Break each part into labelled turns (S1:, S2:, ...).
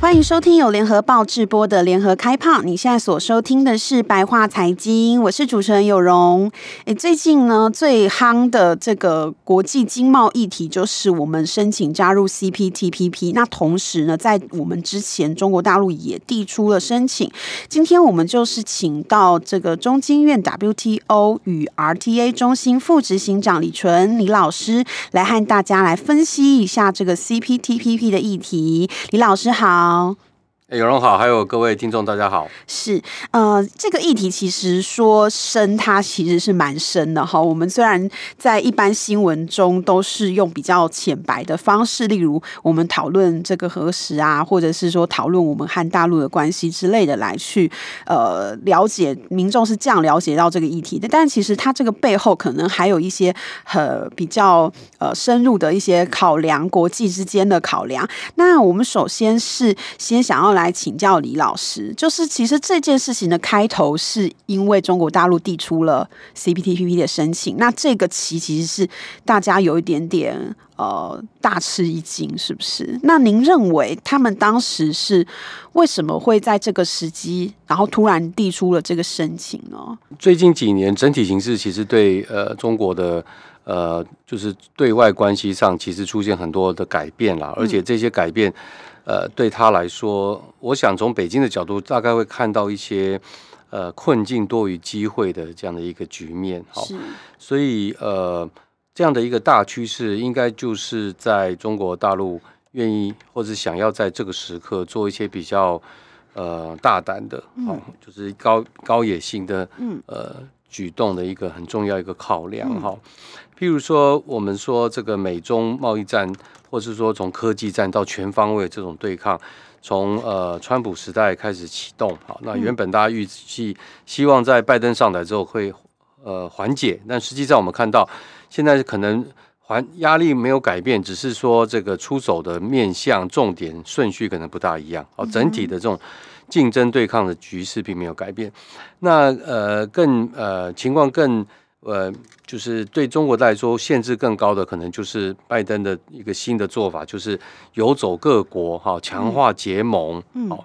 S1: 欢迎收听由联合报制播的联合开炮。你现在所收听的是白话财经，我是主持人有容。诶，最近呢最夯的这个国际经贸议题就是我们申请加入 CPTPP。那同时呢，在我们之前，中国大陆也递出了申请。今天我们就是请到这个中经院 WTO 与 RTA 中心副执行长李纯李老师来和大家来分析一下这个 CPTPP 的议题。李老师好。好，
S2: 哎有容好，还有各位听众，大家好。
S1: 是，呃，这个议题其实说深，它其实是蛮深的哈。我们虽然在一般新闻中都是用比较浅白的方式，例如我们讨论这个核实啊，或者是说讨论我们和大陆的关系之类的来去呃了解民众是这样了解到这个议题的，但其实它这个背后可能还有一些呃比较呃深入的一些考量，国际之间的考量。那我们首先是先想要来请教李老师，就是其实这件事情的开头是因为中国大陆递出了 CPTPP 的申请，那这个棋其实是大家有一点点呃大吃一惊，是不是？那您认为他们当时是为什么会在这个时机，然后突然递出了这个申请呢？
S2: 最近几年整体形势其实对呃中国的。呃，就是对外关系上其实出现很多的改变啦，而且这些改变，呃，对他来说，我想从北京的角度，大概会看到一些呃困境多于机会的这样的一个局面。好，所以呃，这样的一个大趋势，应该就是在中国大陆愿意或者想要在这个时刻做一些比较呃大胆的，好、哦，就是高高野性的，呃。举动的一个很重要一个考量哈、嗯，譬如说我们说这个美中贸易战，或是说从科技战到全方位这种对抗，从呃川普时代开始启动，好，那原本大家预计希望在拜登上台之后会呃缓解，但实际上我们看到现在可能缓压力没有改变，只是说这个出手的面向、重点、顺序可能不大一样，好，整体的这种。竞争对抗的局势并没有改变，那呃更呃情况更呃就是对中国来说限制更高的可能就是拜登的一个新的做法，就是游走各国哈、哦，强化结盟。好、嗯嗯哦，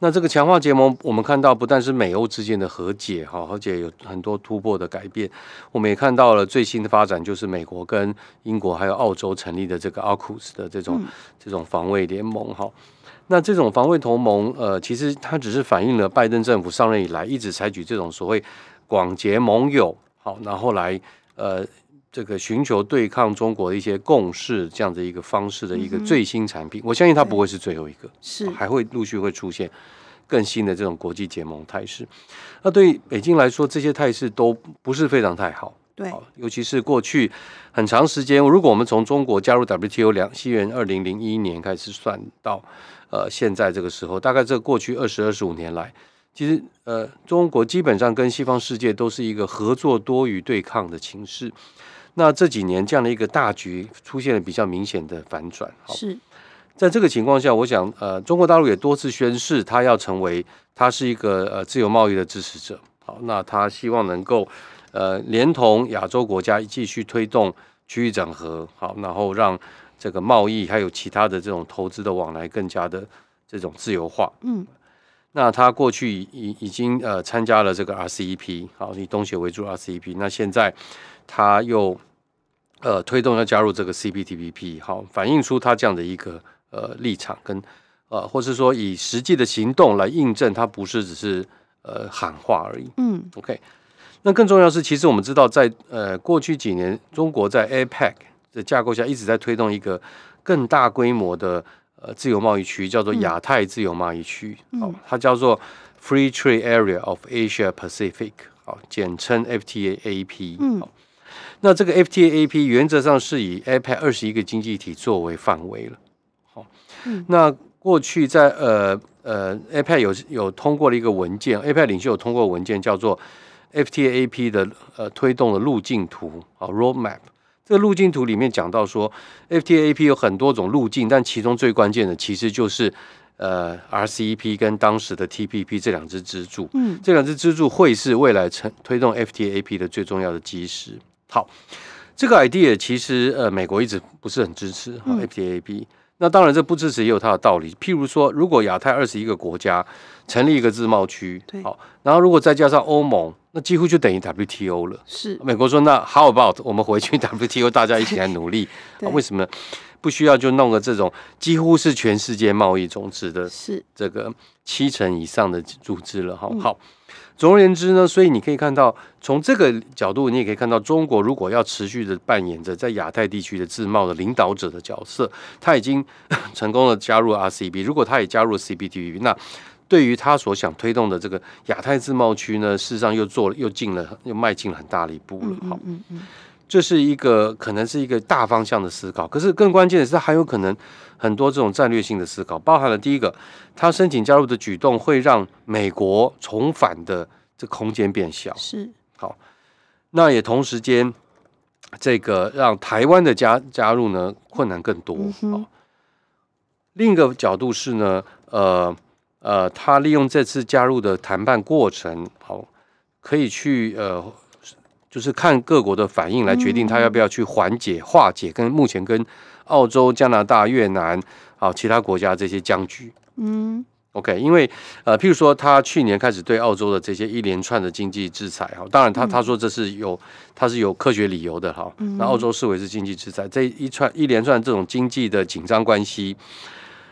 S2: 那这个强化结盟，我们看到不但是美欧之间的和解哈、哦，而且有很多突破的改变，我们也看到了最新的发展，就是美国跟英国还有澳洲成立的这个 AUKUS 的这种、嗯、这种防卫联盟哈。那这种防卫同盟，呃，其实它只是反映了拜登政府上任以来一直采取这种所谓广结盟友，好，然后来呃这个寻求对抗中国的一些共识这样的一个方式的一个最新产品。嗯、我相信它不会是最后一个，
S1: 是
S2: 还会陆续会出现更新的这种国际结盟态势。那对北京来说，这些态势都不是非常太好。啊
S1: 对，
S2: 尤其是过去很长时间，如果我们从中国加入 WTO 两西元二零零一年开始算到，呃，现在这个时候，大概这过去二十二十五年来，其实呃，中国基本上跟西方世界都是一个合作多于对抗的情势。那这几年这样的一个大局出现了比较明显的反转。
S1: 好是，
S2: 在这个情况下，我想呃，中国大陆也多次宣示，它要成为它是一个呃自由贸易的支持者。好，那它希望能够。呃，连同亚洲国家继续推动区域整合，好，然后让这个贸易还有其他的这种投资的往来更加的这种自由化。嗯，那他过去已已经呃参加了这个 RCEP，好，以东协为主 RCEP，那现在他又呃推动要加入这个 CPTPP，好，反映出他这样的一个呃立场跟呃，或是说以实际的行动来印证，他不是只是呃喊话而已。嗯，OK。那更重要是，其实我们知道在，在呃过去几年，中国在 APEC 的架构下一直在推动一个更大规模的呃自由贸易区，叫做亚太自由贸易区，好、嗯哦，它叫做 Free Trade Area of Asia Pacific，好、哦，简称 FTAAP、嗯。好、哦，那这个 FTAAP 原则上是以 APEC 二十一个经济体作为范围了。好、嗯，那过去在呃呃 APEC 有有通过了一个文件，APEC 领袖有通过文件叫做。FTAP 的呃推动的路径图啊，roadmap，这个路径图里面讲到说，FTAP 有很多种路径，但其中最关键的其实就是呃 RCEP 跟当时的 TPP 这两只支柱。
S1: 嗯，
S2: 这两支支柱会是未来成推动 FTAP 的最重要的基石。好，这个 idea 其实呃，美国一直不是很支持、哈
S1: 嗯
S2: FTAP。那当然，这不支持也有它的道理。譬如说，如果亚太二十一个国家成立一个自贸区
S1: 对，
S2: 好，然后如果再加上欧盟，那几乎就等于 WTO 了。
S1: 是
S2: 美国说：“那 How about 我们回去 WTO，大家一起来努力？
S1: 对
S2: 啊为什么不需要就弄个这种几乎是全世界贸易总值的
S1: 是，
S2: 这个七成以上的组织了哈。好，总而言之呢，所以你可以看到，从这个角度，你也可以看到，中国如果要持续的扮演着在亚太地区的自贸的领导者的角色，他已经 成功的加入 RCEP，如果他也加入 CPTPP，那对于他所想推动的这个亚太自贸区呢，事实上又做了又进了又迈进了很大的一步了。好，
S1: 嗯嗯，
S2: 这是一个可能是一个大方向的思考，可是更关键的是，它还有可能很多这种战略性的思考，包含了第一个，它申请加入的举动会让美国重返的这空间变小，
S1: 是
S2: 那也同时间，这个让台湾的加加入呢困难更多。
S1: 嗯哼
S2: 哦另一个角度是呢，呃呃，他利用这次加入的谈判过程，好、可以去呃，就是看各国的反应来决定他要不要去缓解、化解跟目前跟澳洲、加拿大、越南好、其他国家这些僵局。
S1: 嗯
S2: OK，因为呃，譬如说，他去年开始对澳洲的这些一连串的经济制裁哈，当然他他说这是有他是有科学理由的哈。那澳洲视为是经济制裁，这一串一连串这种经济的紧张关系，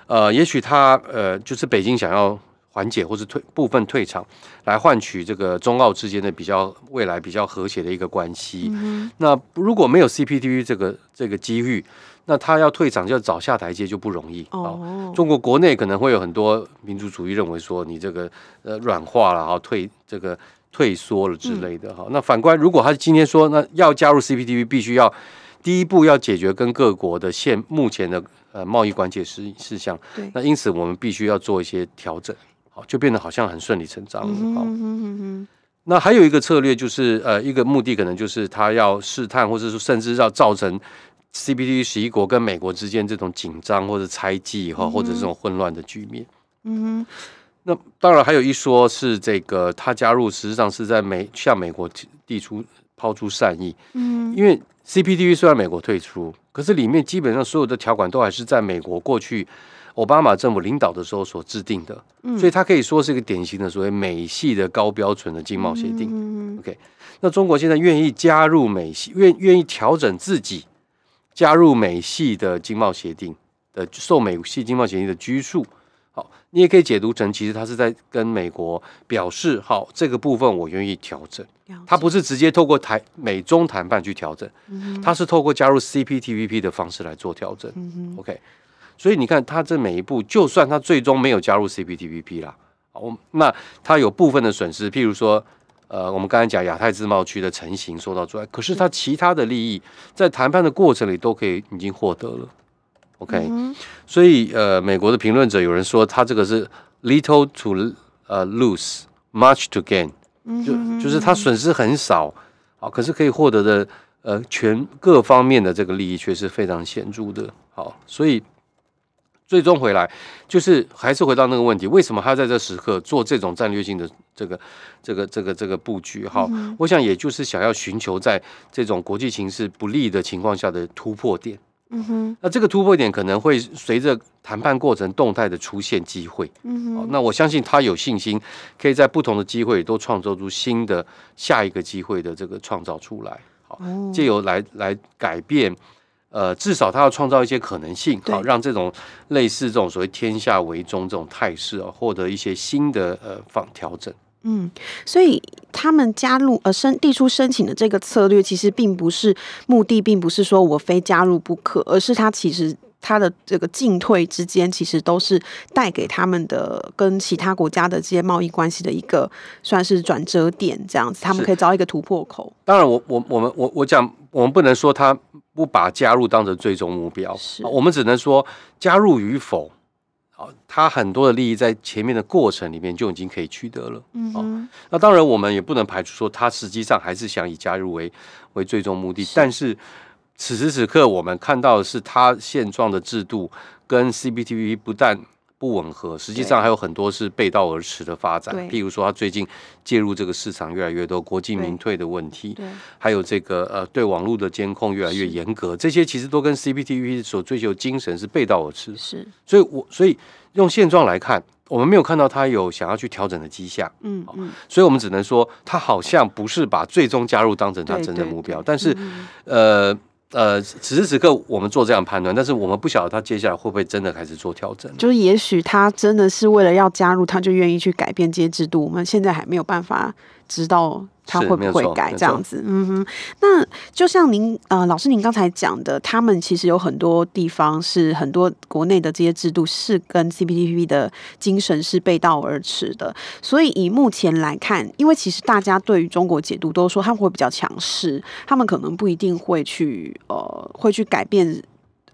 S2: 呃，也许他呃就是北京想要缓解或是退部分退场，来换取这个中澳之间的比较未来比较和谐的一个关系。那如果没有 CPTP 这个这个机遇，那他要退场就要找下台阶就不容易哦
S1: 哦，
S2: 中国国内可能会有很多民族主义认为说你这个呃软化了哈，退这个退缩了之类的哈、嗯那反观，如果他今天说那要加入 CPTP，必须要第一步要解决跟各国的现目前的呃贸易关切事事项，
S1: 对，
S2: 那因此我们必须要做一些调整，好就变得好像很顺理成章
S1: 嗯
S2: 了。
S1: 哼
S2: 好
S1: 嗯哼嗯哼
S2: 那还有一个策略就是，呃，一个目的可能就是他要试探，或者说甚至要造成 CPT 十一国跟美国之间这种紧张或者猜忌
S1: 嗯
S2: 哈，或者这种混乱的局面。
S1: 嗯哼，
S2: 那当然还有一说是这个他加入，实际上是在美向美国提递出抛出善意，
S1: 嗯
S2: 因为 CPTP 虽然美国退出，可是里面基本上所有的条款都还是在美国过去奥巴马政府领导的时候所制定的，
S1: 嗯
S2: 所以它可以说是一个典型的所谓美系的高标准的经贸协定。
S1: 嗯哼
S2: OK，那中国现在愿意加入美系，愿愿意调整自己加入美系的经贸协定的受美系经贸协定的拘束。好，你也可以解读成，其实他是在跟美国表示，好，这个部分我愿意调整。
S1: 了
S2: 他
S1: 解
S2: 不是直接透过台美中谈判去调整，
S1: 嗯
S2: 他是透过加入 CPTPP 的方式来做调整。OK，所以你看他这每一步，就算他最终没有加入 CPTPP 啦，哦，那他有部分的损失，譬如说。呃，我们刚才讲亚太自贸区的成型说到出来，可是他其他的利益在谈判的过程里都可以已经获得了。OK，、
S1: 嗯哼
S2: 所以呃，美国的评论者有人说他这个是 little to 呃 lose, much to gain，就就是他损失很少，好，可是可以获得的呃全各方面的这个利益却是非常显著的。好，所以最终回来就是还是回到那个问题，为什么他在这时刻做这种战略性的这个这个这个这个布局？好，我想也就是想要寻求在这种国际形势不利的情况下的突破点。
S1: 嗯哼
S2: 那这个突破点可能会随着谈判过程动态的出现机会。
S1: 嗯哼
S2: 好，那我相信他有信心，可以在不同的机会都创造出新的下一个机会的这个创造出来。好，
S1: 哦
S2: 借由来来改变，呃，至少他要创造一些可能性，
S1: 对
S2: 好，让这种类似这种所谓天下为中这种态势啊，获得一些新的呃方调整。
S1: 嗯，所以他们加入呃申递出申请的这个策略，其实并不是目的，并不是说我非加入不可，而是他其实他的这个进退之间，其实都是带给他们的跟其他国家的这些贸易关系的一个算是转折点，这样子，他们
S2: 是
S1: 可以找到一个突破口。
S2: 当然我，我我们我我讲，我们不能说他不把加入当成最终目标，
S1: 是
S2: 啊我们只能说加入与否，啊，他很多的利益在前面的过程里面就已经可以取得了。
S1: 嗯哼，
S2: 那当然，我们也不能排除说他实际上还是想以加入为为最终目的，但是此时此刻我们看到的是它现状的制度跟 CPTPP 不但不吻合，实际上还有很多是背道而驰的发展
S1: 对。
S2: 譬如说，它最近介入这个市场越来越多，国进民退的问题，
S1: 对
S2: 还有这个呃对网络的监控越来越严格，这些其实都跟 CPTPP 所追求精神是背道而驰。
S1: 是，
S2: 所以我所以用现状来看，我们没有看到它有想要去调整的迹象。
S1: 嗯嗯，
S2: 所以我们只能说，他好像不是把最终加入当成他
S1: 对嗯
S2: 真正
S1: 对
S2: 目标
S1: 对，
S2: 但是，呃呃，此时此刻我们做这样判断，但是我们不晓得他接下来会不会真的开始做调整。
S1: 就是也许他真的是为了要加入，他就愿意去改变这些制度。我们现在还没有办法知道他
S2: 是
S1: 会
S2: 没
S1: 不
S2: 有
S1: 会
S2: 错
S1: 改
S2: 没
S1: 这样
S2: 错
S1: 子。嗯哼，那就像您呃，老师您刚才讲的，他们其实有很多地方是很多国内的这些制度是跟 CPTPP 的精神是背道而驰的。所以以目前来看，因为其实大家对于中国解读都说他们会比较强势，他们可能不一定会去呃会去改变。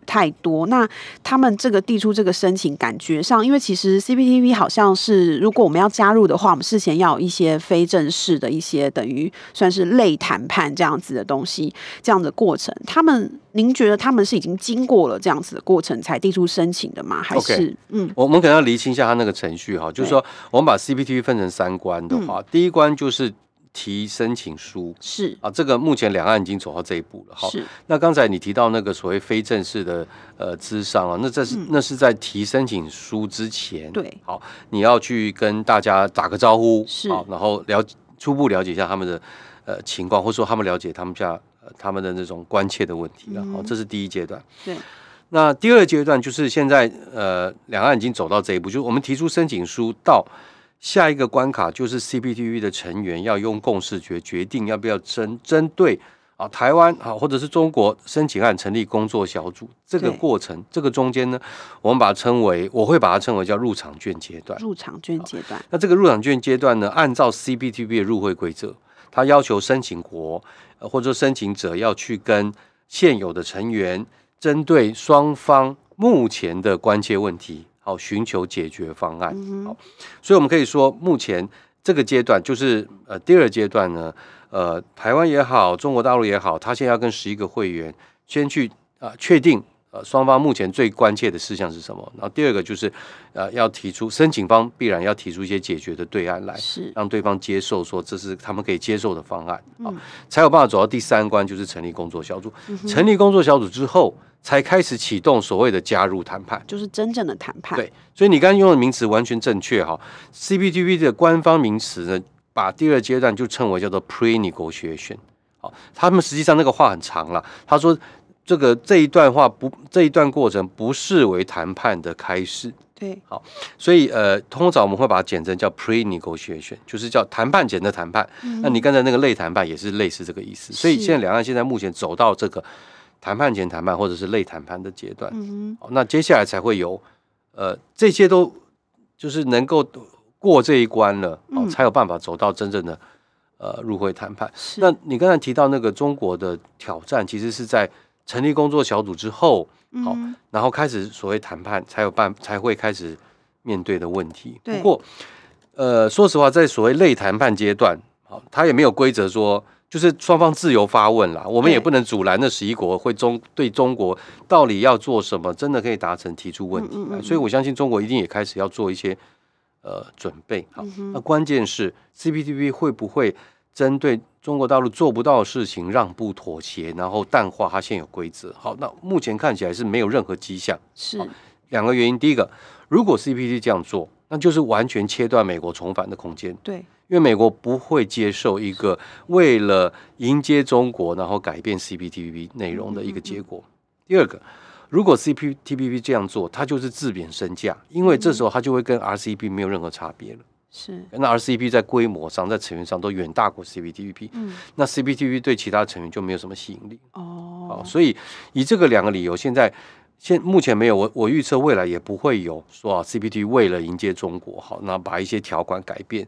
S1: 太多，那他们这个递出这个申请，感觉上，因为其实 CPTP 好像是，如果我们要加入的话，我们事前要有一些非正式的一些等于算是类谈判这样子的东西，这样的过程。他们，您觉得他们是已经经过了这样子的过程才递出申请的吗？还是
S2: OK
S1: 嗯，
S2: 我我们可能要厘清一下他那个程序哈，就是说我们把 CPT 分成三关的
S1: 嗯
S2: 话，第一关就是提申请书
S1: 是
S2: 啊，这个目前两岸已经走到这一步了哈。
S1: 是
S2: 那刚才你提到那个所谓非正式的呃资商啊，那这是、那是在提申请书之前，
S1: 嗯对，
S2: 好，你要去跟大家打个招呼，
S1: 是
S2: 好，然后了初步了解一下他们的呃情况，或者说他们了解他们家、呃、他们的那种关切的问题了，
S1: 嗯
S2: 好、这是第一阶段。
S1: 对，
S2: 那第二阶段就是现在呃两岸已经走到这一步，就是我们提出申请书到。下一个关卡就是 CPTPP 的成员要用共识决决定要不要针针对啊台湾啊或者是中国申请案成立工作小组。这个
S1: 对
S2: 过程，这个中间呢，我们把它称为，我会把它称为叫入场券阶段。
S1: 入场券阶段，
S2: 那这个入场券阶段呢，按照 CPTP 的入会规则，它要求申请国、呃、或者说申请者要去跟现有的成员，针对双方目前的关切问题，好、寻求解决方案。好、所以我们可以说，目前这个阶段就是呃第二阶段呢，呃，台湾也好，中国大陆也好，它现在要跟十一个会员先去啊、呃确定。呃，双方目前最关切的事项是什么？然后第二个就是，呃，要提出申请方必然要提出一些解决的对案来，
S1: 是
S2: 让对方接受说这是他们可以接受的方案啊、才有办法走到第三关，就是成立工作小组。成立工作小组之后，才开始启动所谓的加入谈判。
S1: 就是真正的谈判，
S2: 对，所以你刚刚用的名词完全正确哈。CPTP 的官方名词呢，把第二阶段就称为叫做 pre-negotiation。好，他们实际上那个话很长了，他说这个这一段话不这一段过程不视为谈判的开始，
S1: 对
S2: 所以呃，通常我们会把它简称叫 pre-negotiation，就是叫谈判前的谈判。那你刚才那个类谈判也是类似这个意思。所以
S1: 嗯是
S2: 现在两岸现在目前走到这个谈判前谈判或者是类谈判的阶段。
S1: 嗯
S2: 哦那接下来才会有呃这些都就是能够过这一关了，哦，
S1: 嗯
S2: 才有办法走到真正的呃入会谈判。
S1: 是
S2: 那你刚才提到那个中国的挑战，其实是在成立工作小组之后，好、
S1: 嗯
S2: 然后开始所谓谈判，才有办才会开始面对的问题。
S1: 对
S2: 不过，呃，说实话，在所谓类谈判阶段，好、他也没有规则说。就是双方自由发问啦，我们
S1: 对
S2: 也不能阻拦那十一国会中对中国到底要做什么，真的可以达成提出问题
S1: 嗯
S2: 来。所以我相信中国一定也开始要做一些呃准备。好，那关键是 CPTP 会不会针对中国大陆做不到的事情让步妥协，然后淡化它现有规则？好，那目前看起来是没有任何迹象。
S1: 是
S2: 两个原因，第一个，如果 CPT 这样做，那就是完全切断美国重返的空间，
S1: 对
S2: 因为美国不会接受一个为了迎接中国，然后改变 CPTPP 内容的一个结果。第二个，如果 CPTPP 这样做，它就是自贬身价，因为这时候它就会跟 RCEP 没有任何差别了。
S1: 是
S2: 那 RCEP 在规模上、在成员上都远大过 CPTPP，、那
S1: 嗯
S2: CPTPP 对其他成员就没有什么吸引力。
S1: 哦
S2: 好，，所以以这个两个理由，现在现目前没有，我我预测未来也不会有说啊，CPT 为了迎接中国，好，那把一些条款改变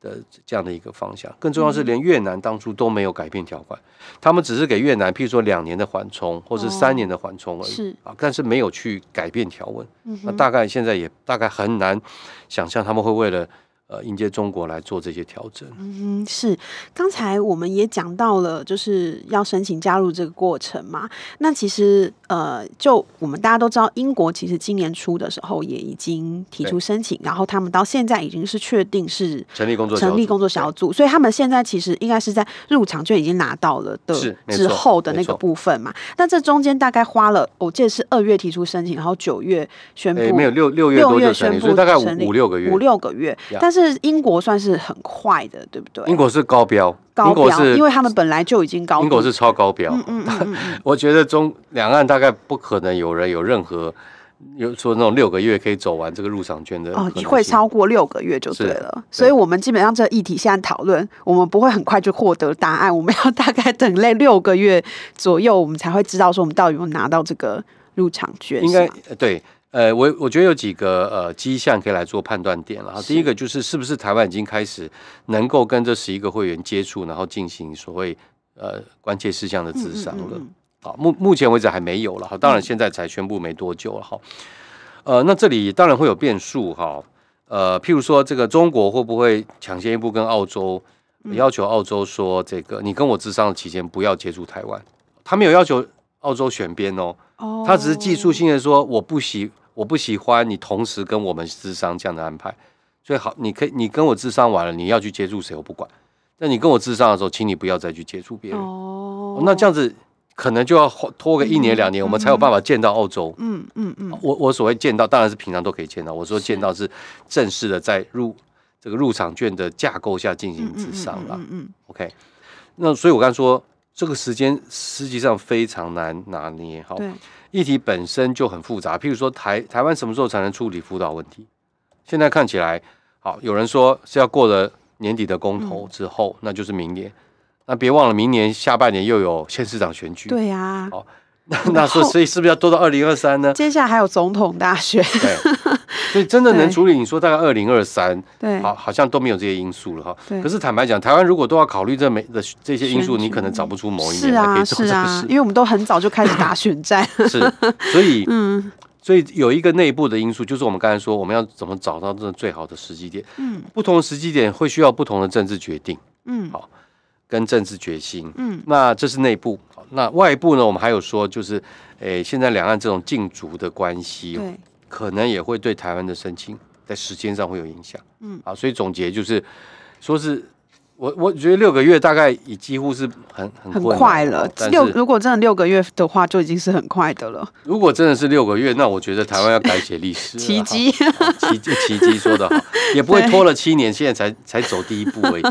S2: 的这样的一个方向。更重要是，连越南当初都没有改变条款，他们只是给越南，譬如说两年的缓冲，或是三年的缓冲而已、
S1: 是
S2: 啊，但是没有
S1: 嗯
S2: 去改变条文。那大概现在也大概很难想象他们会为了。呃迎接中国来做这些调整。
S1: 嗯，是。刚才我们也讲到了，就是要申请加入这个过程嘛。那其实呃，就我们大家都知道，英国其实今年初的时候也已经提出
S2: 对
S1: 申请，然后他们到现在已经是确定是
S2: 成立工作
S1: 成立工作
S2: 组
S1: 小组，所以他们现在其实应该是在入场就已经拿到了的
S2: 是没
S1: 之
S2: 错
S1: 后的那
S2: 没
S1: 个
S2: 错
S1: 部分嘛。那这中间大概花了，我记得是二月提出申请，然后九月宣布，
S2: 诶没有六六月
S1: 六
S2: 多
S1: 月
S2: 就成
S1: 宣
S2: 立，
S1: 布
S2: 所以大概
S1: 成立
S2: 五五六个月。
S1: 五六个月
S2: Yeah
S1: 但是英国算是很快的，对不对？
S2: 英国是高标，
S1: 高
S2: 英国
S1: 标，
S2: 是
S1: 因为他们本来就已经高，
S2: 英国是超高标。
S1: 嗯嗯嗯嗯嗯
S2: 我觉得中两岸大概不可能有人有任何有说那种六个月可以走完这个入场券的
S1: 哦
S2: 可能，性
S1: 会超过六个月就对
S2: 是
S1: 了，所以我们基本上这议题现在讨论，我们不会很快就获得答案，我们要大概等类六个月左右，我们才会知道说我们到底有没有拿到这个入场券，
S2: 应该
S1: 是吗
S2: 呃对。呃，我我觉得有几个呃迹象可以来做判断点了。第一个就是是不是台湾已经开始能够跟这十一个会员接触，然后进行所谓呃关切事项的
S1: 嗯
S2: 咨商
S1: 嗯
S2: 了。
S1: 嗯
S2: 好，目目前为止还没有了哈，当然现在才宣布没多久了哈。呃，那这里当然会有变数哈。呃，譬如说这个中国会不会抢先一步跟澳洲、要求澳洲说这个你跟我智商的期间不要接触台湾，他没有要求澳洲选边哦，
S1: 哦
S2: 他只是技术性的说我不喜我不喜欢你同时跟我们智商这样的安排，所以好，你可以你跟我智商完了，你要去接触谁我不管，但你跟我智商的时候，请你不要再去接触别人。
S1: 哦
S2: 哦，那这样子可能就要花拖个一年两年，我们才有办法见到澳洲。
S1: 嗯嗯嗯，
S2: 我我所谓见到，当然是平常都可以见到。我说见到是正式的在入这个入场券的架构下进行
S1: 嗯
S2: 智商了。
S1: 嗯嗯
S2: OK，那所以我刚才说这个时间实际上非常难拿捏。好
S1: 嗯，，对，
S2: 议题本身就很复杂，譬如说台台湾什么时候才能处理辅导问题？现在看起来，好，有人说是要过了年底的公
S1: 嗯
S2: 投之后，那就是明年。那别忘了，明年下半年又有县市长选举。
S1: 对呀、？
S2: 好那 那所以所以是不是要拖到二零二三呢
S1: 接下来还有总统大 选，
S2: 对，所以真的能
S1: 对
S2: 处理，你说大概二零二三，
S1: 对，
S2: 好，好像都没有这些因素了哈
S1: 对。
S2: 可是坦白讲，台湾如果都要考虑这每的这些因
S1: 选
S2: 素，
S1: 举
S2: 你可能找不出某一
S1: 是
S2: 年才可
S1: 啊
S2: 以做
S1: 是
S2: 这个
S1: 啊
S2: 事，
S1: 因。为我们都很早就开始打选战，
S2: 是，所以，
S1: 嗯
S2: 所以有一个内部的因素，就是我们刚才说，我们要怎么找到这最好的时机点。
S1: 嗯
S2: 不同的时机点会需要不同的政治决定
S1: 嗯
S2: 好跟政治决心。
S1: 嗯
S2: 那这是内部。好那外部呢？我们还有说，就是，诶，现在两岸这种竞逐的关系，
S1: 对，
S2: 可能也会对台湾的申请在时间上会有影响。
S1: 嗯
S2: 啊，所以总结就是，说是我我觉得六个月大概已几乎是很很
S1: 很
S2: 困难
S1: 快了
S2: 哦但，是
S1: 六如果真的六个月的话，就已经是很快的了，
S2: 如果真的是六个月，那我觉得台湾要改写历史 了。
S1: 奇
S2: 哈
S1: 迹，
S2: 哦奇迹，奇迹 说的好，也不会拖了七年，现在才才走第一步而已。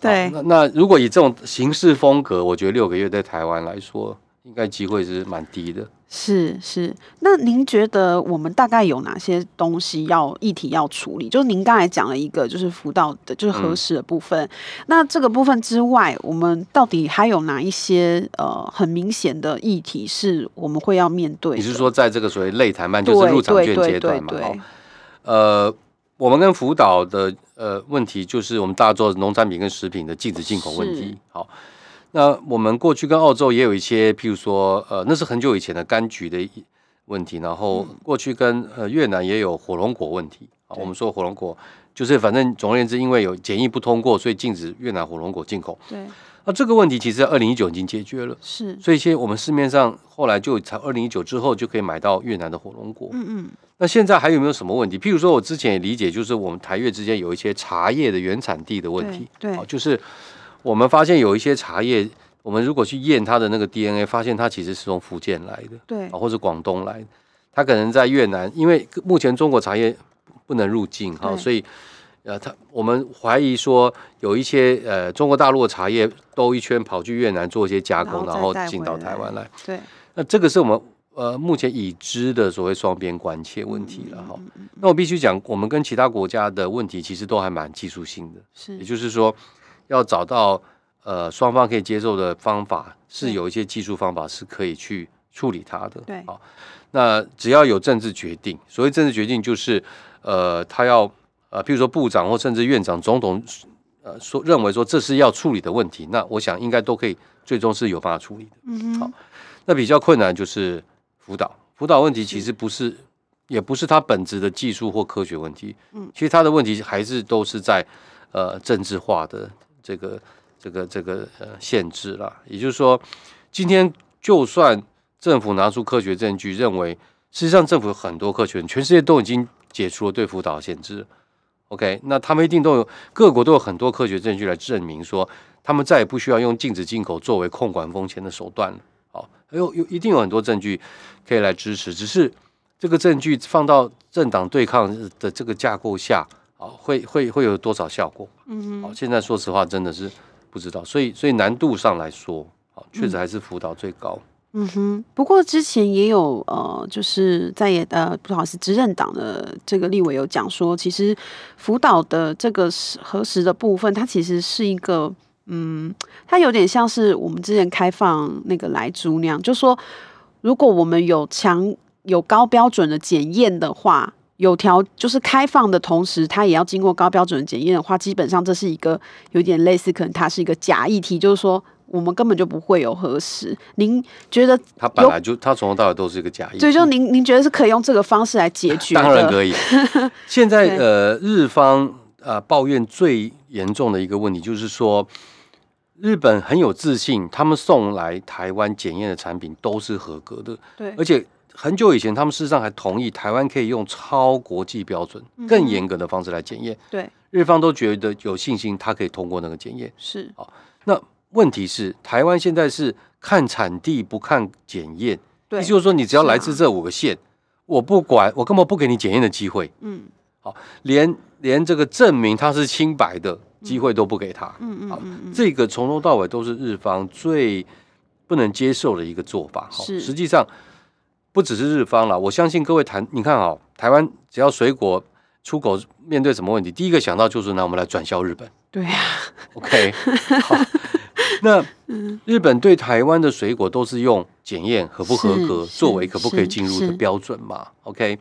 S1: 对
S2: 好那那如果以这种行事风格，我觉得六个月在台湾来说，应该机会是蛮低的。
S1: 是是，那您觉得我们大概有哪些东西要议题要处理？就是您刚才讲了一个，就是辅导的，就是核
S2: 嗯
S1: 实的部分。那这个部分之外，我们到底还有哪一些呃很明显的议题是我们会要面对的？
S2: 你是说在这个所谓类谈判，
S1: 对
S2: 就是入场券
S1: 对
S2: 阶段嘛？
S1: 对对
S2: 哦
S1: 对，
S2: 呃，我们跟福岛的呃问题就是我们大做农产品跟食品的禁止进口问
S1: 是
S2: 题。好，那我们过去跟澳洲也有一些，譬如说呃，那是很久以前的柑橘的一问题，然后过去跟呃越南也有火龙果问题。啊，我们说火龙果就是反正总而言之，因为有检疫不通过，所以禁止越南火龙果进口。
S1: 对
S2: 那这个问题其实在二零一九已经解决了。
S1: 是，
S2: 所以现在我们市面上后来就才二零一九之后就可以买到越南的火龙果。
S1: 嗯嗯，
S2: 那现在还有没有什么问题？譬如说，我之前也理解，就是我们台越之间有一些茶叶的原产地的问题，
S1: 对对
S2: 啊就是我们发现有一些茶叶，我们如果去验它的那个 DNA，发现它其实是从福建来的，
S1: 对
S2: 啊，或者广东来的，它可能在越南，因为目前中国茶叶不能入境哈、
S1: 对
S2: 所以。呃，他我们怀疑说有一些呃中国大陆的茶叶兜一圈跑去越南做一些加工，
S1: 然
S2: 然
S1: 后
S2: 后
S1: 再带
S2: 进
S1: 回
S2: 到台湾来。
S1: 对，
S2: 那这个是我们呃目前已知的所谓双边关切问题
S1: 嗯
S2: 了哈。那我必须讲，我们跟其他国家的问题其实都还蛮技术性的，
S1: 是
S2: 也就是说，要找到呃双方可以接受的方法，是
S1: 对
S2: 有一些技术方法是可以去处理它的。
S1: 对
S2: 好，那只要有政治决定，所谓政治决定就是呃，他要呃，譬如说部长或甚至院长、总统。呃，说认为说这是要处理的问题，那我想应该都可以，最终是有办法处理的。
S1: 嗯哼，
S2: 那比较困难就是辅导，辅导问题其实不是也不是它本质的技术或科学问题，其实它的问题还是都是在呃政治化的这个这个这个呃限制啦。也就是说，今天就算政府拿出科学证据，认为事实上政府有很多科学，全世界都已经解除了对福岛的限制。OK，那他们一定都有各国都有很多科学证据来证明说，他们再也不需要用禁止进口作为控管风险的手段了。好，哎有有一定有很多证据可以来支持，只是这个证据放到政党对抗的这个架构下啊，会会会有多少效果？嗯，好，现在说实话真的是不知道，所以所以难度上来说，好，确实还是辅导最高。
S1: 嗯哼，不过之前也有呃，就是在野呃，不好意思，执政党的这个立委有讲说，其实福岛的这个是核实的部分，它其实是一个嗯，它有点像是我们之前开放那个莱猪那样，就说如果我们有强有高标准的检验的话，有条就是开放的同时，它也要经过高标准的检验的话，基本上这是一个有点类似，可能它是一个假议题，就是说。我们根本就不会有核实。您觉得
S2: 他本来就他从头到尾都是一个假意。
S1: 所以就您您觉得是可以用这个方式来解决的？
S2: 嗯当然可以。 现在
S1: 对
S2: 呃，日方呃抱怨最严重的一个问题就是说，日本很有自信，他们送来台湾检验的产品都是合格的，
S1: 对
S2: 而，且很久以前他们事实上还同意台湾可以用超国际标准、
S1: 嗯
S2: 更严格的方式来检验，
S1: 对，
S2: 日方都觉得有信心，他可以通过那个检验。
S1: 是，
S2: 那问题是，台湾现在是看产地不看检验，
S1: 对，
S2: 意思就是说，你只要
S1: 是啊
S2: 来自这五个县，我不管，我根本不给你检验的机会，
S1: 嗯
S2: 连连这个证明他是清白的机会都不给他。
S1: 嗯
S2: 好
S1: 嗯嗯嗯，
S2: 这个从头到尾都是日方最不能接受的一个做法。好
S1: 是
S2: 实际上不只是日方啦，我相信各位谈，你看啊，台湾只要水果出口面对什么问题，第一个想到就是那我们来转销日本。
S1: 对啊，
S2: OK，好，那
S1: 嗯
S2: 日本对台湾的水果都是用检验合不合格
S1: 是是
S2: 作为可不可以进入
S1: 是
S2: 的标准嘛？OK，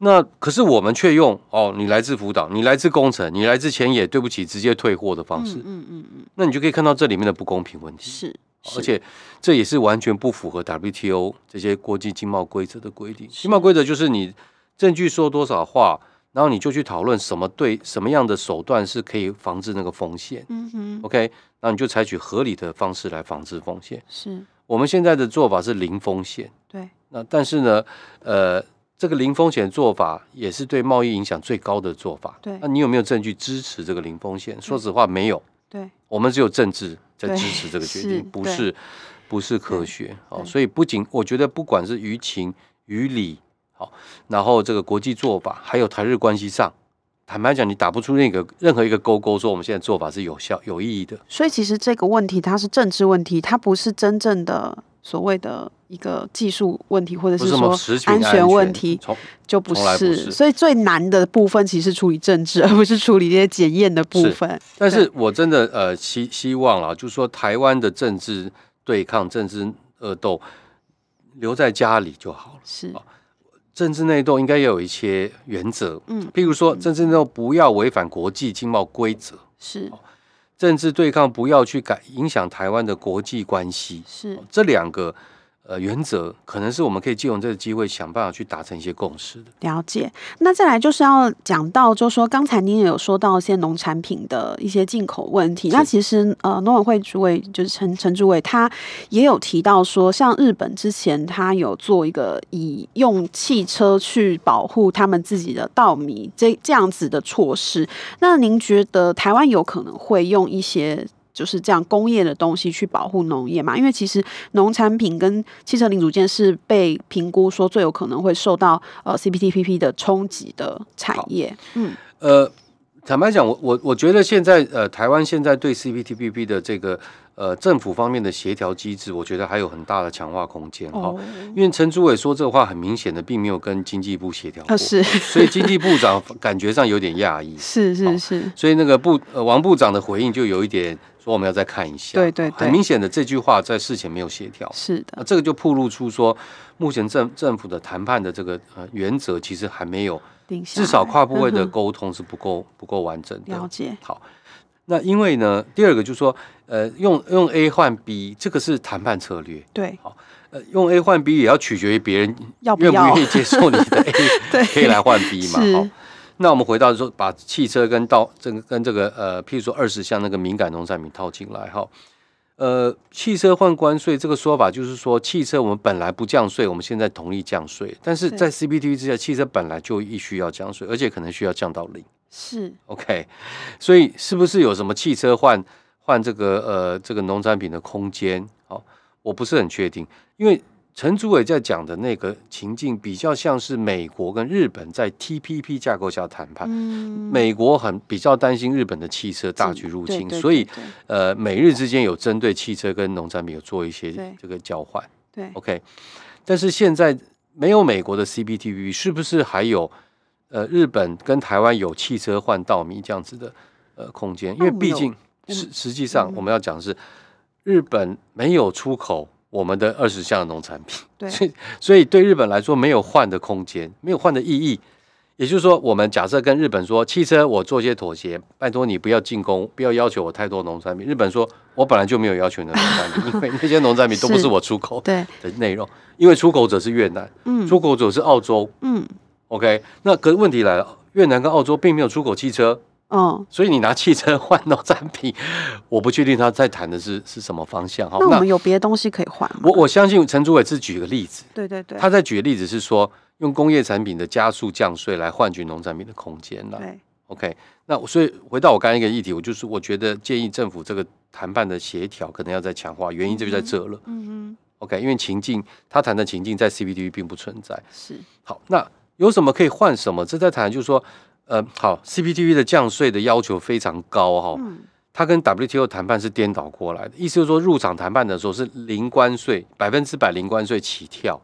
S2: 那可是我们却用哦，你来自福岛，你来自工程，你来自前野，对不起，直接退货的方式，
S1: 嗯嗯嗯嗯，
S2: 那你就可以看到这里面的不公平问题，
S1: 是，
S2: 而
S1: 是
S2: 且这也是完全不符合 WTO 这些国际经贸规则的规定。经贸规则就是你证据说多少话。然后你就去讨论什么对什么样的手段是可以防治那个风险，
S1: 嗯哼，
S2: OK，那你就采取合理的方式来防治风险。
S1: 是
S2: 我们现在的做法是零风险，
S1: 对，
S2: 那但是呢，呃，这个零风险做法也是对贸易影响最高的做法。
S1: 对
S2: 那你有没有证据支持这个零风险？说实话，没有，
S1: 对，
S2: 我们只有政治在
S1: 对
S2: 支持这个决
S1: 是
S2: 定，不
S1: 对
S2: 是不是科学。
S1: 对
S2: 哦，所以不仅我觉得，不管是舆情、于理，好、然后这个国际做法，还有台日关系上。坦白讲，你打不出那个任何一个勾勾，说我们现在做法是有效、有意义的。
S1: 所以其实这个问题它是政治问题，它不是真正的所谓的一个技术问题，或者
S2: 不
S1: 是
S2: 是什
S1: 说
S2: 么食品
S1: 安全问题，
S2: 从
S1: 就不
S2: 从来不
S1: 是。
S2: 是
S1: 所以最难的部分其实是处理政治，而不是处理这些检验的部
S2: 是
S1: 分。
S2: 但是我真的呃希希望啊，就是说台湾的政治对抗、政治恶斗留在家里就好了。
S1: 是
S2: 好政治内斗应该也有一些原则，
S1: 嗯
S2: 譬如说政治内斗不要违反国际经贸规则，
S1: 是
S2: 政治对抗不要去改影响台湾的国际关系。
S1: 是
S2: 哦，这两个呃原则，可能是我们可以借用这个机会想办法去达成一些共识的。
S1: 了解，那再来就是要讲到，就说刚才您也有说到一些农产品的一些进口问题。那其实呃，农委会主委就是陈陈主委，他也有提到说，像日本之前他有做一个以用汽车去保护他们自己的稻米这这样子的措施。那您觉得台湾有可能会用一些？就是这样工业的东西去保护农业嘛，因为其实农产品跟汽车零组件是被评估说最有可能会受到呃 CPTPP 的冲击的产业。嗯，
S2: 呃，坦白讲，我我我觉得现在呃，台湾现在对 CPTPP 的这个呃政府方面的协调机制，我觉得还有很大的强化空间哈、
S1: 哦，
S2: 因为陈主委说这话，很明显的并没有跟经济部协调过，
S1: 呃，是
S2: 所以经济部长感觉上有点 讶异。
S1: 是
S2: 好
S1: 是是，
S2: 所以那个部呃王部长的回应就有一点说我们要再看一下，
S1: 对对对
S2: 很明显的这句话在事前没有协调，
S1: 是
S2: 那
S1: 的，
S2: 这个就暴露出说目前政政府的谈判的这个呃原则其实还没有
S1: 定下
S2: 至少
S1: 来
S2: 跨部位的
S1: 嗯哼
S2: 沟通是不够不够完整的。
S1: 嗯了解，
S2: 好，那因为呢，第二个就是说，呃，用用 A 换 B，这个是谈判策略。
S1: 对
S2: 呃，用 A 换 B 也要取决于别人
S1: 要不
S2: 愿不
S1: 要
S2: 愿意接受你的
S1: 对
S2: A，可以来换 B 嘛？
S1: 是
S2: 好，那我们回到说，把汽车跟到这个跟这个呃，譬如说二十项那个敏感农产品套进来哈。呃，汽车换关税这个说法就是说，汽车我们本来不降税，我们现在同意降税，但是
S1: 对
S2: 在 CPTP 之下，汽车本来就必须要降税，而且可能需要降到零。
S1: 是
S2: OK，所以是不是有什么汽车换换这个呃这个农产品的空间？哦，我不是很确定，因为陈主委在讲的那个情境比较像是美国跟日本在 TPP 架构下谈判。
S1: 嗯
S2: 啊美国很比较担心日本的汽车大举入侵，所以
S1: 对
S2: 呃，美日之间有针对汽车跟农产品有做一些
S1: 对
S2: 这个交换。
S1: 对
S2: OK，但是现在没有美国的 CPTPP，是不是还有呃日本跟台湾有汽车换稻米这样子的呃空间？因
S1: 那
S2: 为
S1: 我们
S2: 毕
S1: 有
S2: 竟
S1: 我们嗯
S2: 实实际上我们要讲的是日本没有出口我们的二十项农产品，
S1: 对
S2: 所以所以对日本来说没有换的空间，没有换的意义。也就是说，我们假设跟日本说，汽车我做些妥协，拜托你不要进攻，不要要求我太多农产品。日本说，我本来就没有要求你的农产品，因为那些农产品都不
S1: 是
S2: 是我出口的。
S1: 对，
S2: 的内容，因为出口者是越南，
S1: 嗯
S2: 出口者是澳洲。
S1: 嗯
S2: OK，那可是问题来了，越南跟澳洲并没有出口汽车，
S1: 哦，
S2: 所以你拿汽车换农产品，我不确定他在谈的是是什么方向哈。
S1: 那我们有别的东西可以换吗？
S2: 我我相信陈主委是举个例子，
S1: 对对对，
S2: 他在举的例子是说用工业产品的加速降税来换取农产品的空间了。
S1: 对
S2: OK，那我所以回到我刚才一个议题，我就是我觉得建议政府这个谈判的协调可能要再强化，原因就在这了。
S1: 嗯
S2: OK，因为情境他谈的情境在 CPTP 并不存在。
S1: 哼是
S2: 好，那有什么可以换什么？这在谈就是说，呃，好，CPTP 的降税的要求非常高哈、
S1: 嗯
S2: 它跟 WTO 谈判是颠倒过来的，意思就是说，入场谈判的时候是零关税，百分之百零关税起跳，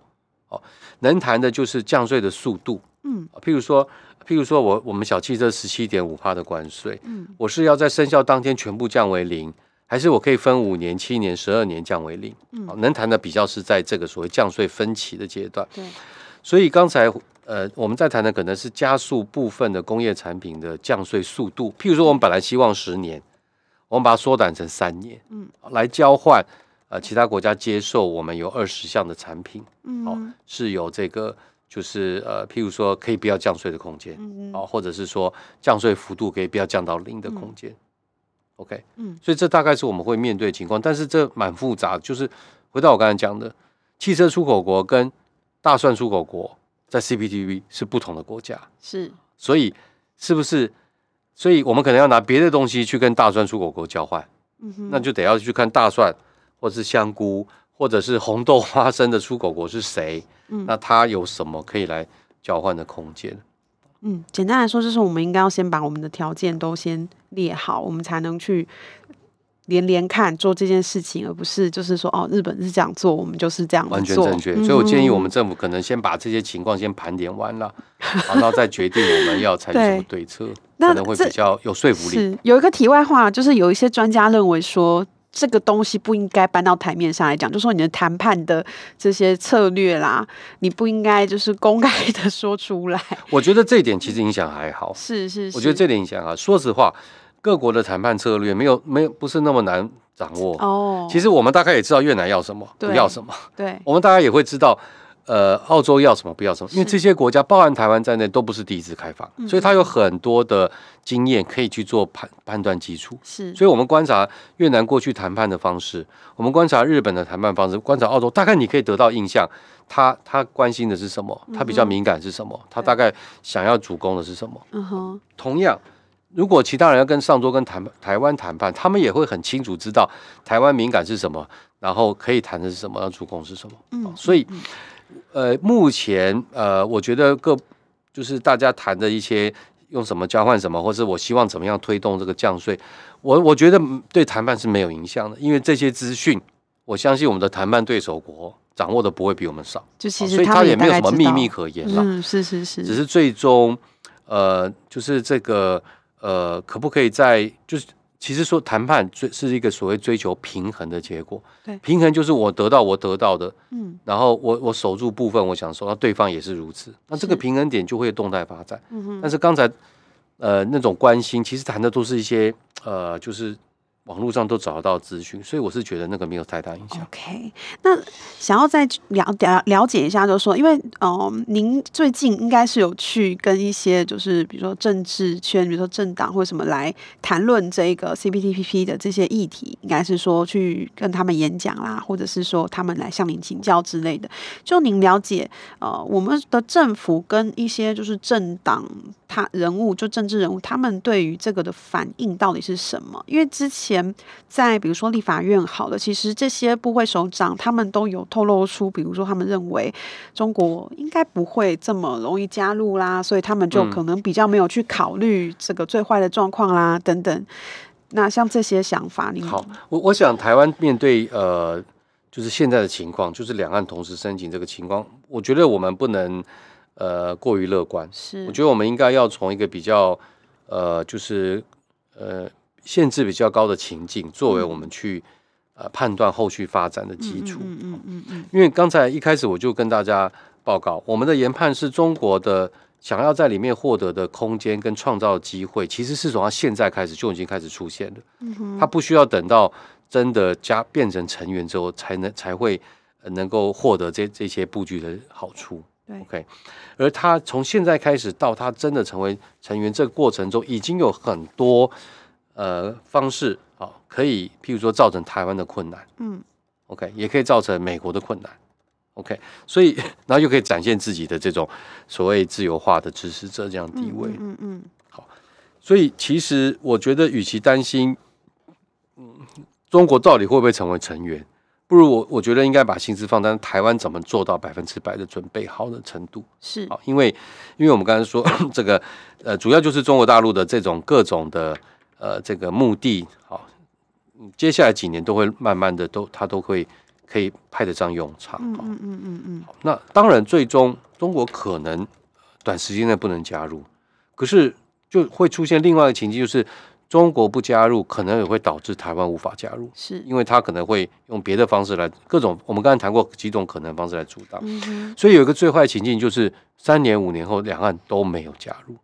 S2: 哦，能谈的就是降税的速度，
S1: 嗯
S2: 譬如说，譬如说我我们小汽车十七点五帕的关税，
S1: 嗯
S2: 我是要在生效当天全部降为零，还是我可以分五年、七年、十二年降为零？哦
S1: 嗯
S2: 好能谈的比较是在这个所谓降税分歧的阶段。
S1: 对
S2: 所以刚才呃我们在谈的可能是加速部分的工业产品的降税速度，譬如说我们本来希望十年，我们把它缩短成三年，
S1: 嗯，
S2: 来交换呃其他国家接受我们有二十项的产品，
S1: 嗯
S2: 哦是有这个就是呃譬如说可以不要降税的空间，
S1: 嗯
S2: 哦，或者是说降税幅度可以不要降到零的空间。OK，
S1: 嗯
S2: 所以这大概是我们会面对的情况，但是这蛮复杂的，就是回到我刚才讲的，汽车出口国跟大蒜出口国在 CPTV 是不同的国家，
S1: 是
S2: 所以是不是？所以我们可能要拿别的东西去跟大蒜出口国交换，
S1: 嗯哼
S2: 那就得要去看大蒜或是香菇或者是红豆、花生的出口国是谁，
S1: 嗯
S2: 那它有什么可以来交换的空间？
S1: 嗯，简单来说，就是我们应该要先把我们的条件都先列好，我们才能去连连看做这件事情，而不是就是说哦，日本是这样做，我们就是这样
S2: 完全
S1: 做。
S2: 正确，所以我建议我们
S1: 嗯
S2: 政府可能先把这些情况先盘点完了，然后再决定我们要采取 什么对策，
S1: 那
S2: 可能会
S1: 这
S2: 比较有说服力。
S1: 是有一个题外话，就是有一些专家认为说。这个东西不应该搬到台面上来讲，就说你的谈判的这些策略啦，你不应该就是公开的说出来。
S2: 我觉得这一点其实影响还好，
S1: 是是是，
S2: 我觉得这点影响啊，说实话，各国的谈判策略没有没有不是那么难掌握。
S1: 哦，
S2: 其实我们大概也知道越南要什么，不
S1: 对
S2: 要什么，
S1: 对
S2: 我们大概也会知道。呃，澳洲要什么不要什么，因为这些国家，包含台湾在内，都不是第一次开放，
S1: 嗯
S2: 所以它有很多的经验可以去做判判断基础。
S1: 是，
S2: 所以我们观察越南过去谈判的方式，我们观察日本的谈判方式，观察澳洲，大概你可以得到印象，他他关心的是什么，他比较敏感是什么，他大概想要主攻的是什么。
S1: 嗯哼，
S2: 同样，如果其他人要跟上周跟谈台湾谈判，他们也会很清楚知道台湾敏感是什么，然后可以谈的是什么，要主攻是什么。
S1: 嗯
S2: 哦所以，呃，目前呃，我觉得各就是大家谈的一些用什么交换什么，或是我希望怎么样推动这个降税，我我觉得嗯对谈判是没有影响的，因为这些资讯，我相信我们的谈判对手国掌握的不会比我们少，
S1: 就其
S2: 哦
S1: 实
S2: 所以
S1: 们
S2: 也没有
S1: 大
S2: 什
S1: 概
S2: 么
S1: 知
S2: 秘
S1: 道
S2: 密可言了。
S1: 嗯，是是是，
S2: 只是最终，呃，就是这个呃，可不可以在就是其实说谈判最是一个所谓追求平衡的结果。
S1: 对
S2: 平衡就是我得到我得到的，
S1: 嗯
S2: 然后我我守住部分我想守，那对方也是如此。那这个
S1: 是
S2: 平衡点就会动态发展。
S1: 嗯哼，
S2: 但是刚才呃那种关心，其实谈的都是一些呃，就是网络上都找得到资讯，所以我是觉得那个没有太大影响。
S1: OK，那想要再了了了解一下，就是说，因为呃，您最近应该是有去跟一些就是比如说政治圈，比如说政党或什么来谈论这个 CPTPP 的这些议题，应该是说去跟他们演讲啦，或者是说他们来向您请教之类的。就您了解，呃，我们的政府跟一些就是政党他人物，就政治人物，他们对于这个的反应到底是什么？因为之前在比如说立法院好了，其实这些部会首长他们都有透露出，比如说他们认为中国应该不会这么容易加入啦，所以他们就
S2: 嗯
S1: 可能比较没有去考虑这个最坏的状况啦，等等。那像这些想法，你
S2: 好，我我想台湾面对呃，就是现在的情况，就是两岸同时申请这个情况，我觉得我们不能呃过于乐观。
S1: 是
S2: 我觉得我们应该要从一个比较呃，就是呃限制比较高的情境，作为我们去、呃判断后续发展的基础。
S1: 嗯嗯嗯嗯
S2: 因为刚才一开始我就跟大家报告，我们的研判是中国的想要在里面获得的空间跟创造机会，其实是从它现在开始就已经开始出现了。它不需要等到真的加变成成员之后，才能才会呃能够获得这这些布局的好处。
S1: 对
S2: ，OK，而它从现在开始到它真的成为成员这个过程中，已经有很多呃方式啊、可以譬如说造成台湾的困难。
S1: 嗯
S2: ，OK，也可以造成美国的困难。OK，所以然后又可以展现自己的这种所谓自由化的支持者这样的地位。
S1: 嗯嗯嗯
S2: 所以其实我觉得，与其担心，嗯，中国到底会不会成为成员，不如我我觉得应该把心思放在台湾怎么做到百分之百的准备好的程度。
S1: 是
S2: 好，因为因为我们刚才说 这个，呃，主要就是中国大陆的这种各种的呃这个目的，好，嗯接下来几年都会慢慢的都它都会可以派得上用场。
S1: 嗯
S2: 好
S1: 嗯嗯嗯嗯
S2: 那当然，最终中国可能短时间内不能加入，可是就会出现另外一个情境，就是中国不加入，可能也会导致台湾无法加入，
S1: 是
S2: 因为他可能会用别的方式来各种，我们刚才谈过几种可能方式来阻挡。
S1: 嗯哼，
S2: 所以有一个最坏情境就是三年五年后两岸都没有加入，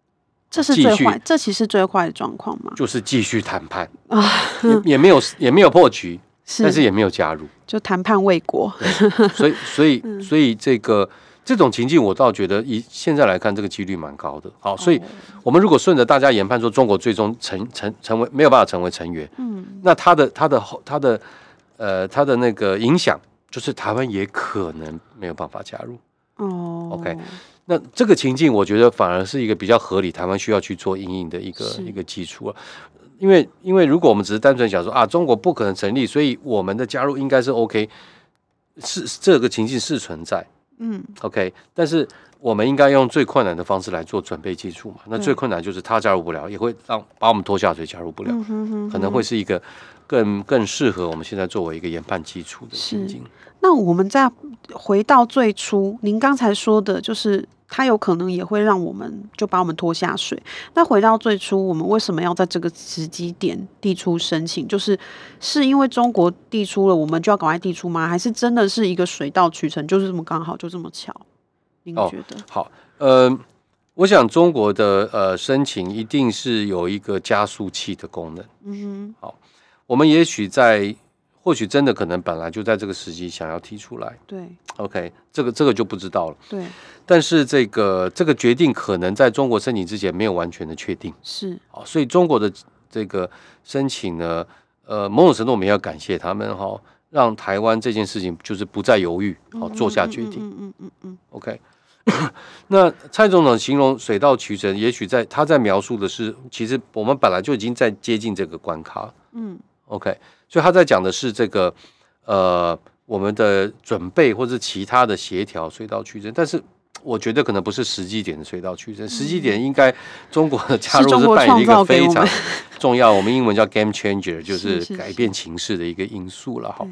S1: 这是
S2: 继
S1: 最
S2: 续
S1: 坏，这其实最坏的状况嘛
S2: 就是继续谈判，
S1: 啊，
S2: 也也没有也没有破局，
S1: 是，
S2: 但是也没有加 入。
S1: 就谈判未果，
S2: 所以，所
S1: 嗯
S2: 以，所以这个这种情境，我倒觉得以现在来看，这个几率蛮高的。好，所
S1: 哦
S2: 以我们如果顺着大家研判说，中国最终成成成为没有办法成为成员，
S1: 嗯，
S2: 那它的它的后它的呃它的那个影响，就是台湾也可能没有办法加入。
S1: 哦
S2: OK，那这个情境，我觉得反而是一个比较合理，台湾需要去做阴影的一个
S1: 是
S2: 一个基础啊。因为因为如果我们只是单纯想说啊，中国不可能成立，所以我们的加入应该是 OK，是这个情境是存在
S1: 嗯，
S2: OK，但是我们应该用最困难的方式来做准备基础嘛。那
S1: 对
S2: 最困难就是他加入不了，也会让把我们拖下水，加入不了，
S1: 嗯哼哼
S2: 可能
S1: 哼
S2: 会是一个更更适合我们现在作为一个研判基础的情
S1: 是
S2: 境。
S1: 那我们再回到最初，您刚才说的，就是它有可能也会让我们就把我们拖下水。那回到最初，我们为什么要在这个时机点递出申请？就是是因为中国递出了，我们就要赶快递出吗？还是真的是一个水到渠成，就是这么刚好，就这么巧？您
S2: 哦
S1: 觉得？
S2: 好，呃，我想中国的呃申请一定是有一个加速器的功能。
S1: 嗯
S2: 我们也许在，或许真的可能本来就在这个时机想要提出来
S1: 哼，对
S2: ，OK，这个这个就不知道了。
S1: 对
S2: 但是这个这个决定可能在中国申请之前没有完全的确定，
S1: 是，
S2: 好，所以中国的这个申请呢，呃，某种程度我们也要感谢他们哈、让台湾这件事情就是不再犹豫，好、哦做下决定。
S1: 嗯嗯嗯嗯
S2: OK，那蔡总统形容水到渠成，也许在他在描述的是，其实我们本来就已经在接近这个关卡。
S1: 嗯
S2: OK，所以他在讲的是这个呃我们的准备或者其他的协调水到渠成，但是。我觉得可能不是时机点的水到渠成，时机点应该中国的加
S1: 是
S2: 入
S1: 中
S2: 是
S1: 国
S2: 扮演一
S1: 创造
S2: 个
S1: 给
S2: 非
S1: 我们
S2: 常重要，我们英文叫 game changer，就是是
S1: 是
S2: 改
S1: 是
S2: 变情势的一个因素了哈
S1: 对。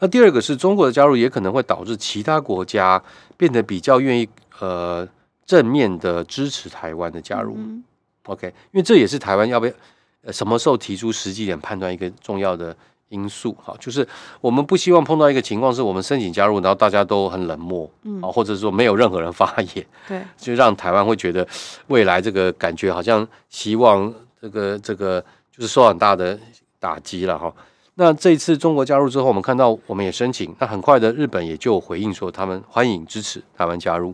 S2: 那第二个是中国的加入也可能会导致其他国家变得比较愿意呃正面的支持台湾的加入。
S1: 嗯
S2: OK，因为这也是台湾要不要、呃、什么时候提出实际点判断一个重要的因素哈，就是我们不希望碰到一个情况，是我们申请加入，然后大家都很冷漠，嗯，啊，或者说没有任何人发言，
S1: 对，
S2: 就让台湾会觉得未来这个感觉好像希望这个这个就是受到很大的打击了哈。那这一次中国加入之后，我们看到我们也申请，那很快的日本也就回应说他们欢迎支持台湾加入，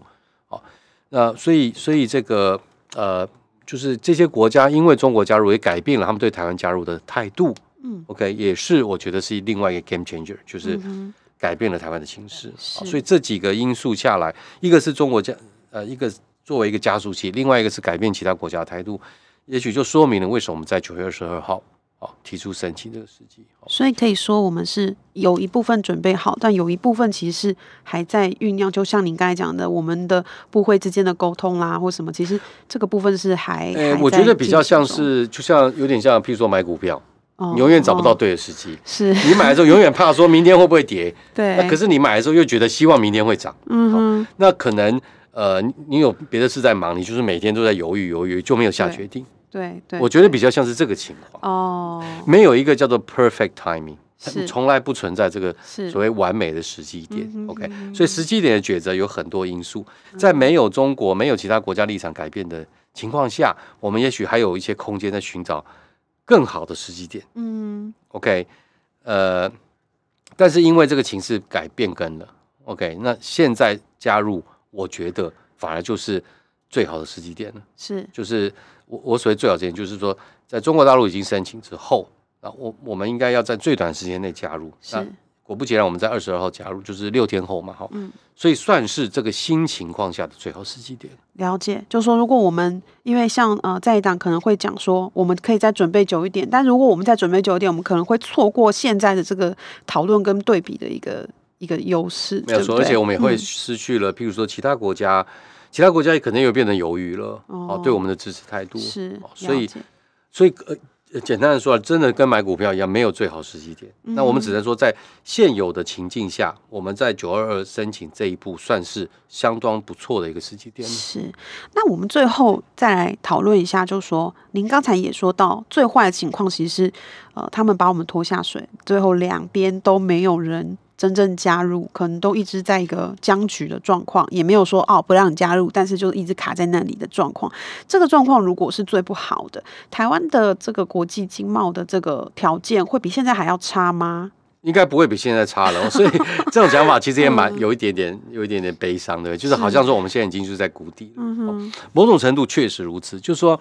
S2: 好，那所以所以这个呃，就是这些国家因为中国加入也改变了他们对台湾加入的态度，
S1: 嗯
S2: ，OK，也是我觉得是另外一个 game changer，就是
S1: 嗯
S2: 改变了台湾的情势。好
S1: 是
S2: 所以这几个因素下来，一个是中国加呃，一个作为一个加速器，另外一个是改变其他国家的态度，也许就说明了为什么我们在九月二十二号哦提出申请这个时机。好
S1: 所以可以说，我们是有一部分准备好，但有一部分其实是还在酝酿。就像您刚才讲的，我们的部会之间的沟通啦，或什么，其实这个部分是还……
S2: 呃
S1: 还
S2: 我
S1: 在
S2: 觉得比较
S1: 进
S2: 像
S1: 行中，
S2: 是，就像有点像，譬如说买股票，
S1: 哦
S2: 你永远找不到
S1: 哦
S2: 对的时机。
S1: 是，
S2: 你买的时候永远怕说明天会不会跌，
S1: 对
S2: 哎那，可是你买的时候又觉得希望明天会涨，
S1: 嗯哼，
S2: 那可能呃你你有别的事在忙，你就是每天都在犹豫犹豫，就没有下
S1: 对
S2: 决定。
S1: 对对，
S2: 我觉得比较像是这个情况，
S1: 哦，
S2: 没有一个叫做 perfect timing，
S1: 是
S2: 从来不存在这个
S1: 是
S2: 所谓完美的时机点
S1: 嗯哼。
S2: OK，
S1: 嗯哼
S2: 所以时机点的抉择有很多因素，在没有中国、没有其他国家立场改变的情况下，我们也许还有一些空间在寻找更好的时机点。
S1: 嗯
S2: OK，呃，但是因为这个情势改变更了，OK，那现在加入，我觉得反而就是最好的时机点了。
S1: 是
S2: 就是我我所谓最好时间，就是说，在中国大陆已经申请之后，啊，我我们应该要在最短时间内加入。那
S1: 是
S2: 果不其然，我们在二十二号加入，就是六天后嘛，哈，
S1: 嗯
S2: 所以算是这个新情况下的最好时机点。
S1: 了解，就说如果我们因为像呃在野党可能会讲说，我们可以再准备久一点，但如果我们再准备久一点，我们可能会错过现在的这个讨论跟对比的一个一个优势，
S2: 没
S1: 对
S2: 有
S1: 不
S2: 错，而
S1: 对
S2: 且我们也会
S1: 嗯
S2: 失去了，譬如说其他国家，其他国家也可能又变得犹豫了，
S1: 哦
S2: 哦，对我们的支持态度
S1: 是
S2: 哦，所以
S1: 了解
S2: 所以呃，呃简单的说啊，真的跟买股票一样，没有最好时机点。那我们只能说，在现有的情境下，我们在九二二申请这一步，算是相当不错的一个时机点了。
S1: 是，那我们最后再来讨论一下，就说您刚才也说到，最坏的情况其实是，呃，他们把我们拖下水，最后两边都没有人真正加入，可能都一直在一个僵局的状况，也没有说哦不让你加入，但是就一直卡在那里的状况。这个状况如果是最不好的，台湾的这个国际经贸的这个条件会比现在还要差吗？
S2: 应该不会比现在差了哦，所以这种想法其实也蛮有一点点、有一点点悲伤的，就是好像说我们现在已经是在谷底
S1: 嗯
S2: 了。哦某种程度确实如此，就是说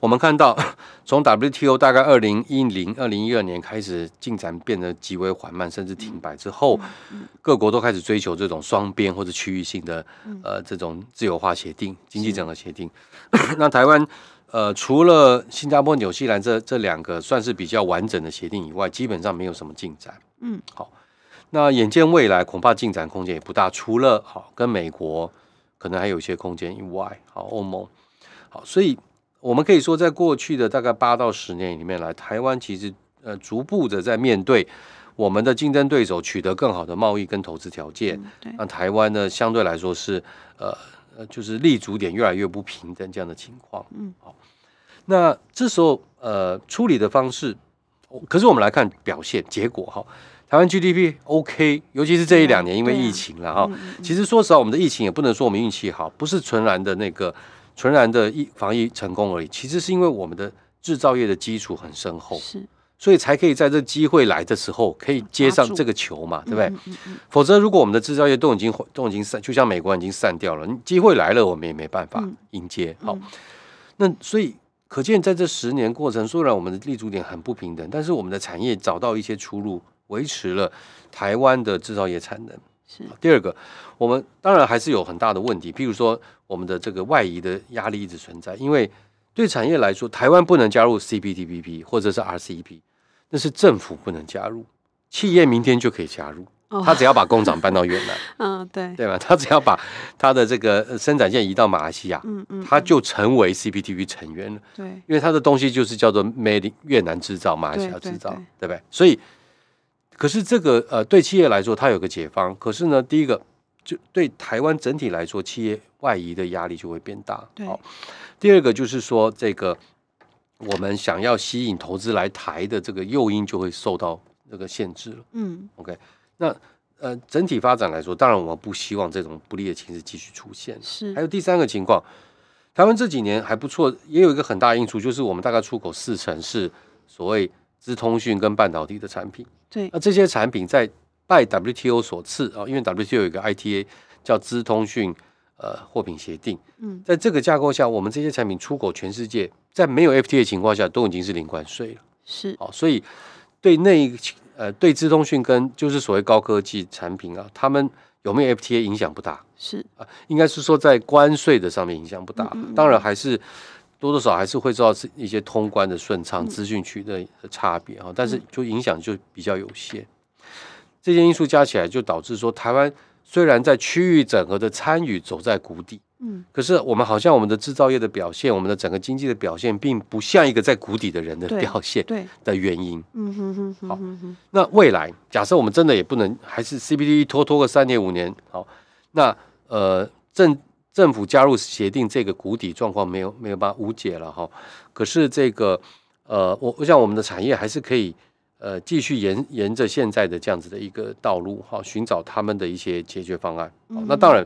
S2: 我们看到 从 WTO 大概二零一零、二零一二年开始进展变得极为缓慢，甚至停摆之后，各国都开始追求这种双边或者区域性的呃这种自由化协定、经济整合协定。那台湾呃，除了新加坡、纽西兰这这两个算是比较完整的协定以外，基本上没有什么进展。
S1: 嗯，
S2: 好。那眼见未来恐怕进展空间也不大，除了好跟美国可能还有一些空间以外，好欧盟，好，所以我们可以说，在过去的大概八到十年里面来，台湾其实呃逐步的在面对我们的竞争对手取得更好的贸易跟投资条件，
S1: 嗯对，
S2: 那台湾呢，相对来说是呃呃，就是立足点越来越不平等这样的情况。
S1: 嗯，
S2: 好，那这时候呃，处理的方式，哦可是我们来看表现结果哈，台湾 GDP OK，尤其是这一两年因为
S1: 对啊
S2: 疫情了哈，其实说实话，我们的疫情也不能说我们运气好，不是纯然的那个纯然的疫防疫成功而已，其实是因为我们的制造业的基础很深厚，
S1: 是，
S2: 所以才可以在这机会来的时候可以接上
S1: 抓住
S2: 这个球嘛，对不对？
S1: 嗯嗯嗯
S2: 否则，如果我们的制造业都已经都已经散，就像美国已经散掉了，你机会来了，我们也没办法
S1: 嗯
S2: 迎接。好、
S1: 嗯
S2: 那所以可见，在这十年过程，虽然我们的立足点很不平等，但是我们的产业找到一些出路，维持了台湾的制造业产能。
S1: 是
S2: 好第二个，我们当然还是有很大的问题，譬如说我们的这个外移的压力一直存在，因为对产业来说，台湾不能加入 CPTPP 或者是 RCEP，那是政府不能加入，企业明天就可以加入。
S1: 哦
S2: 他只要把工厂搬到越 南，
S1: 嗯，对，
S2: 对吧？他只要把他的这个呃生产线移到马来西亚，
S1: 嗯嗯，
S2: 他
S1: 嗯
S2: 就成为 CPTP 成员了，
S1: 对
S2: 因为他的东西就是叫做 Made in 越南制造、马来西亚
S1: 对
S2: 制造
S1: 对，
S2: 对不对？所以，可是这个呃，对企业来说，它有个解放。可是呢，第一个就对台湾整体来说，企业外移的压力就会变大。
S1: 对
S2: 好，第二个就是说，这个我们想要吸引投资来台的这个诱因就会受到这个限制了。
S1: 嗯，
S2: OK，那呃整体发展来说，当然我们不希望这种不利的情势继续出现。
S1: 是
S2: 还有第三个情况，台湾这几年还不错，也有一个很大因素，就是我们大概出口四成是所谓资通讯跟半导体的产品。
S1: 对
S2: 那这些产品在拜 WTO 所赐啊、因为 WTO 有一个 ITA 叫资通讯呃货品协定。
S1: 嗯，
S2: 在这个架构下，我们这些产品出口全世界，在没有 FTA 的情况下，都已经是零关税了。
S1: 是
S2: 哦，所以对内呃对资通讯跟就是所谓高科技产品啊，他们有没有 FTA 影响不大。
S1: 是
S2: 应该是说在关税的上面影响不大，
S1: 嗯
S2: 当然还是多多少少还是会受到一些通关的顺
S1: 嗯
S2: 畅、资讯区的差别啊，但是就影响就比较有限。这些因素加起来，就导致说台湾虽然在区域整合的参与走在谷底，
S1: 嗯，
S2: 可是我们好像我们的制造业的表现，我们的整个经济的表现，并不像一个在谷底的人的
S1: 对
S2: 表现
S1: 对，
S2: 的原因。
S1: 嗯哼哼哼
S2: 好
S1: 哼哼，
S2: 那未来假设我们真的也不能，还是 CBD 拖拖个三年五年，好，那呃政政府加入协定这个谷底状况没有没有办法无解了哈。可是这个呃，我我想我们的产业还是可以呃继续沿沿着现在的这样子的一个道路哈，寻找他们的一些解决方案。好那当然。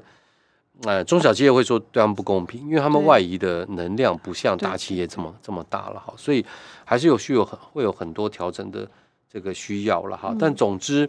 S2: 呃，中小企业会说对他们不公平，因为他们
S1: 对
S2: 外移的能量不像
S1: 对
S2: 大企业这么这么大了哈，所以还是有需有很会有很多调整的这个需要了哈。
S1: 嗯
S2: 但总之，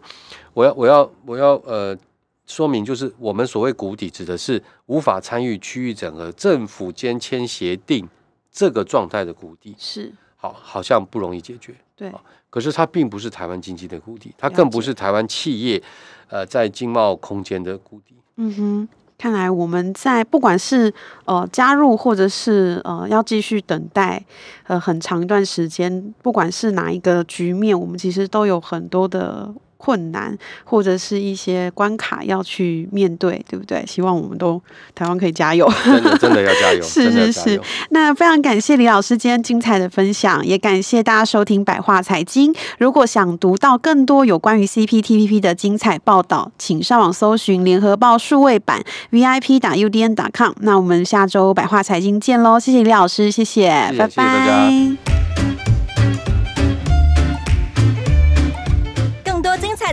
S2: 我要我要我要呃说明，就是我们所谓谷底指的是无法参与区域整合、政府间签协定这个状态的谷底，
S1: 是
S2: 好好像不容易解决。
S1: 对
S2: 好可是它并不是台湾经济的谷底，它
S1: 了
S2: 更不
S1: 解
S2: 是台湾企业呃在经贸空间的谷底。
S1: 嗯哼，看来我们在不管是呃加入，或者是呃要继续等待，呃很长一段时间，不管是哪一个局面，我们其实都有很多的困难，或者是一些关卡要去面对，对不对？希望我们都台湾可以加油。
S2: 真的真的要加 油，
S1: 是
S2: 真的要
S1: 是
S2: 加
S1: 是
S2: 油。
S1: 那非常感谢李老师今天精彩的分享，也感谢大家收听百话财经。如果想读到更多有关于 CPTPP 的精彩报道，请上网搜寻联合报数位版 VIP 打 UDN 打 com。那我们下周百话财经见喽！谢谢李老师，谢谢，
S2: 谢
S1: 拜拜。
S2: 谢谢大家
S3: 更多精彩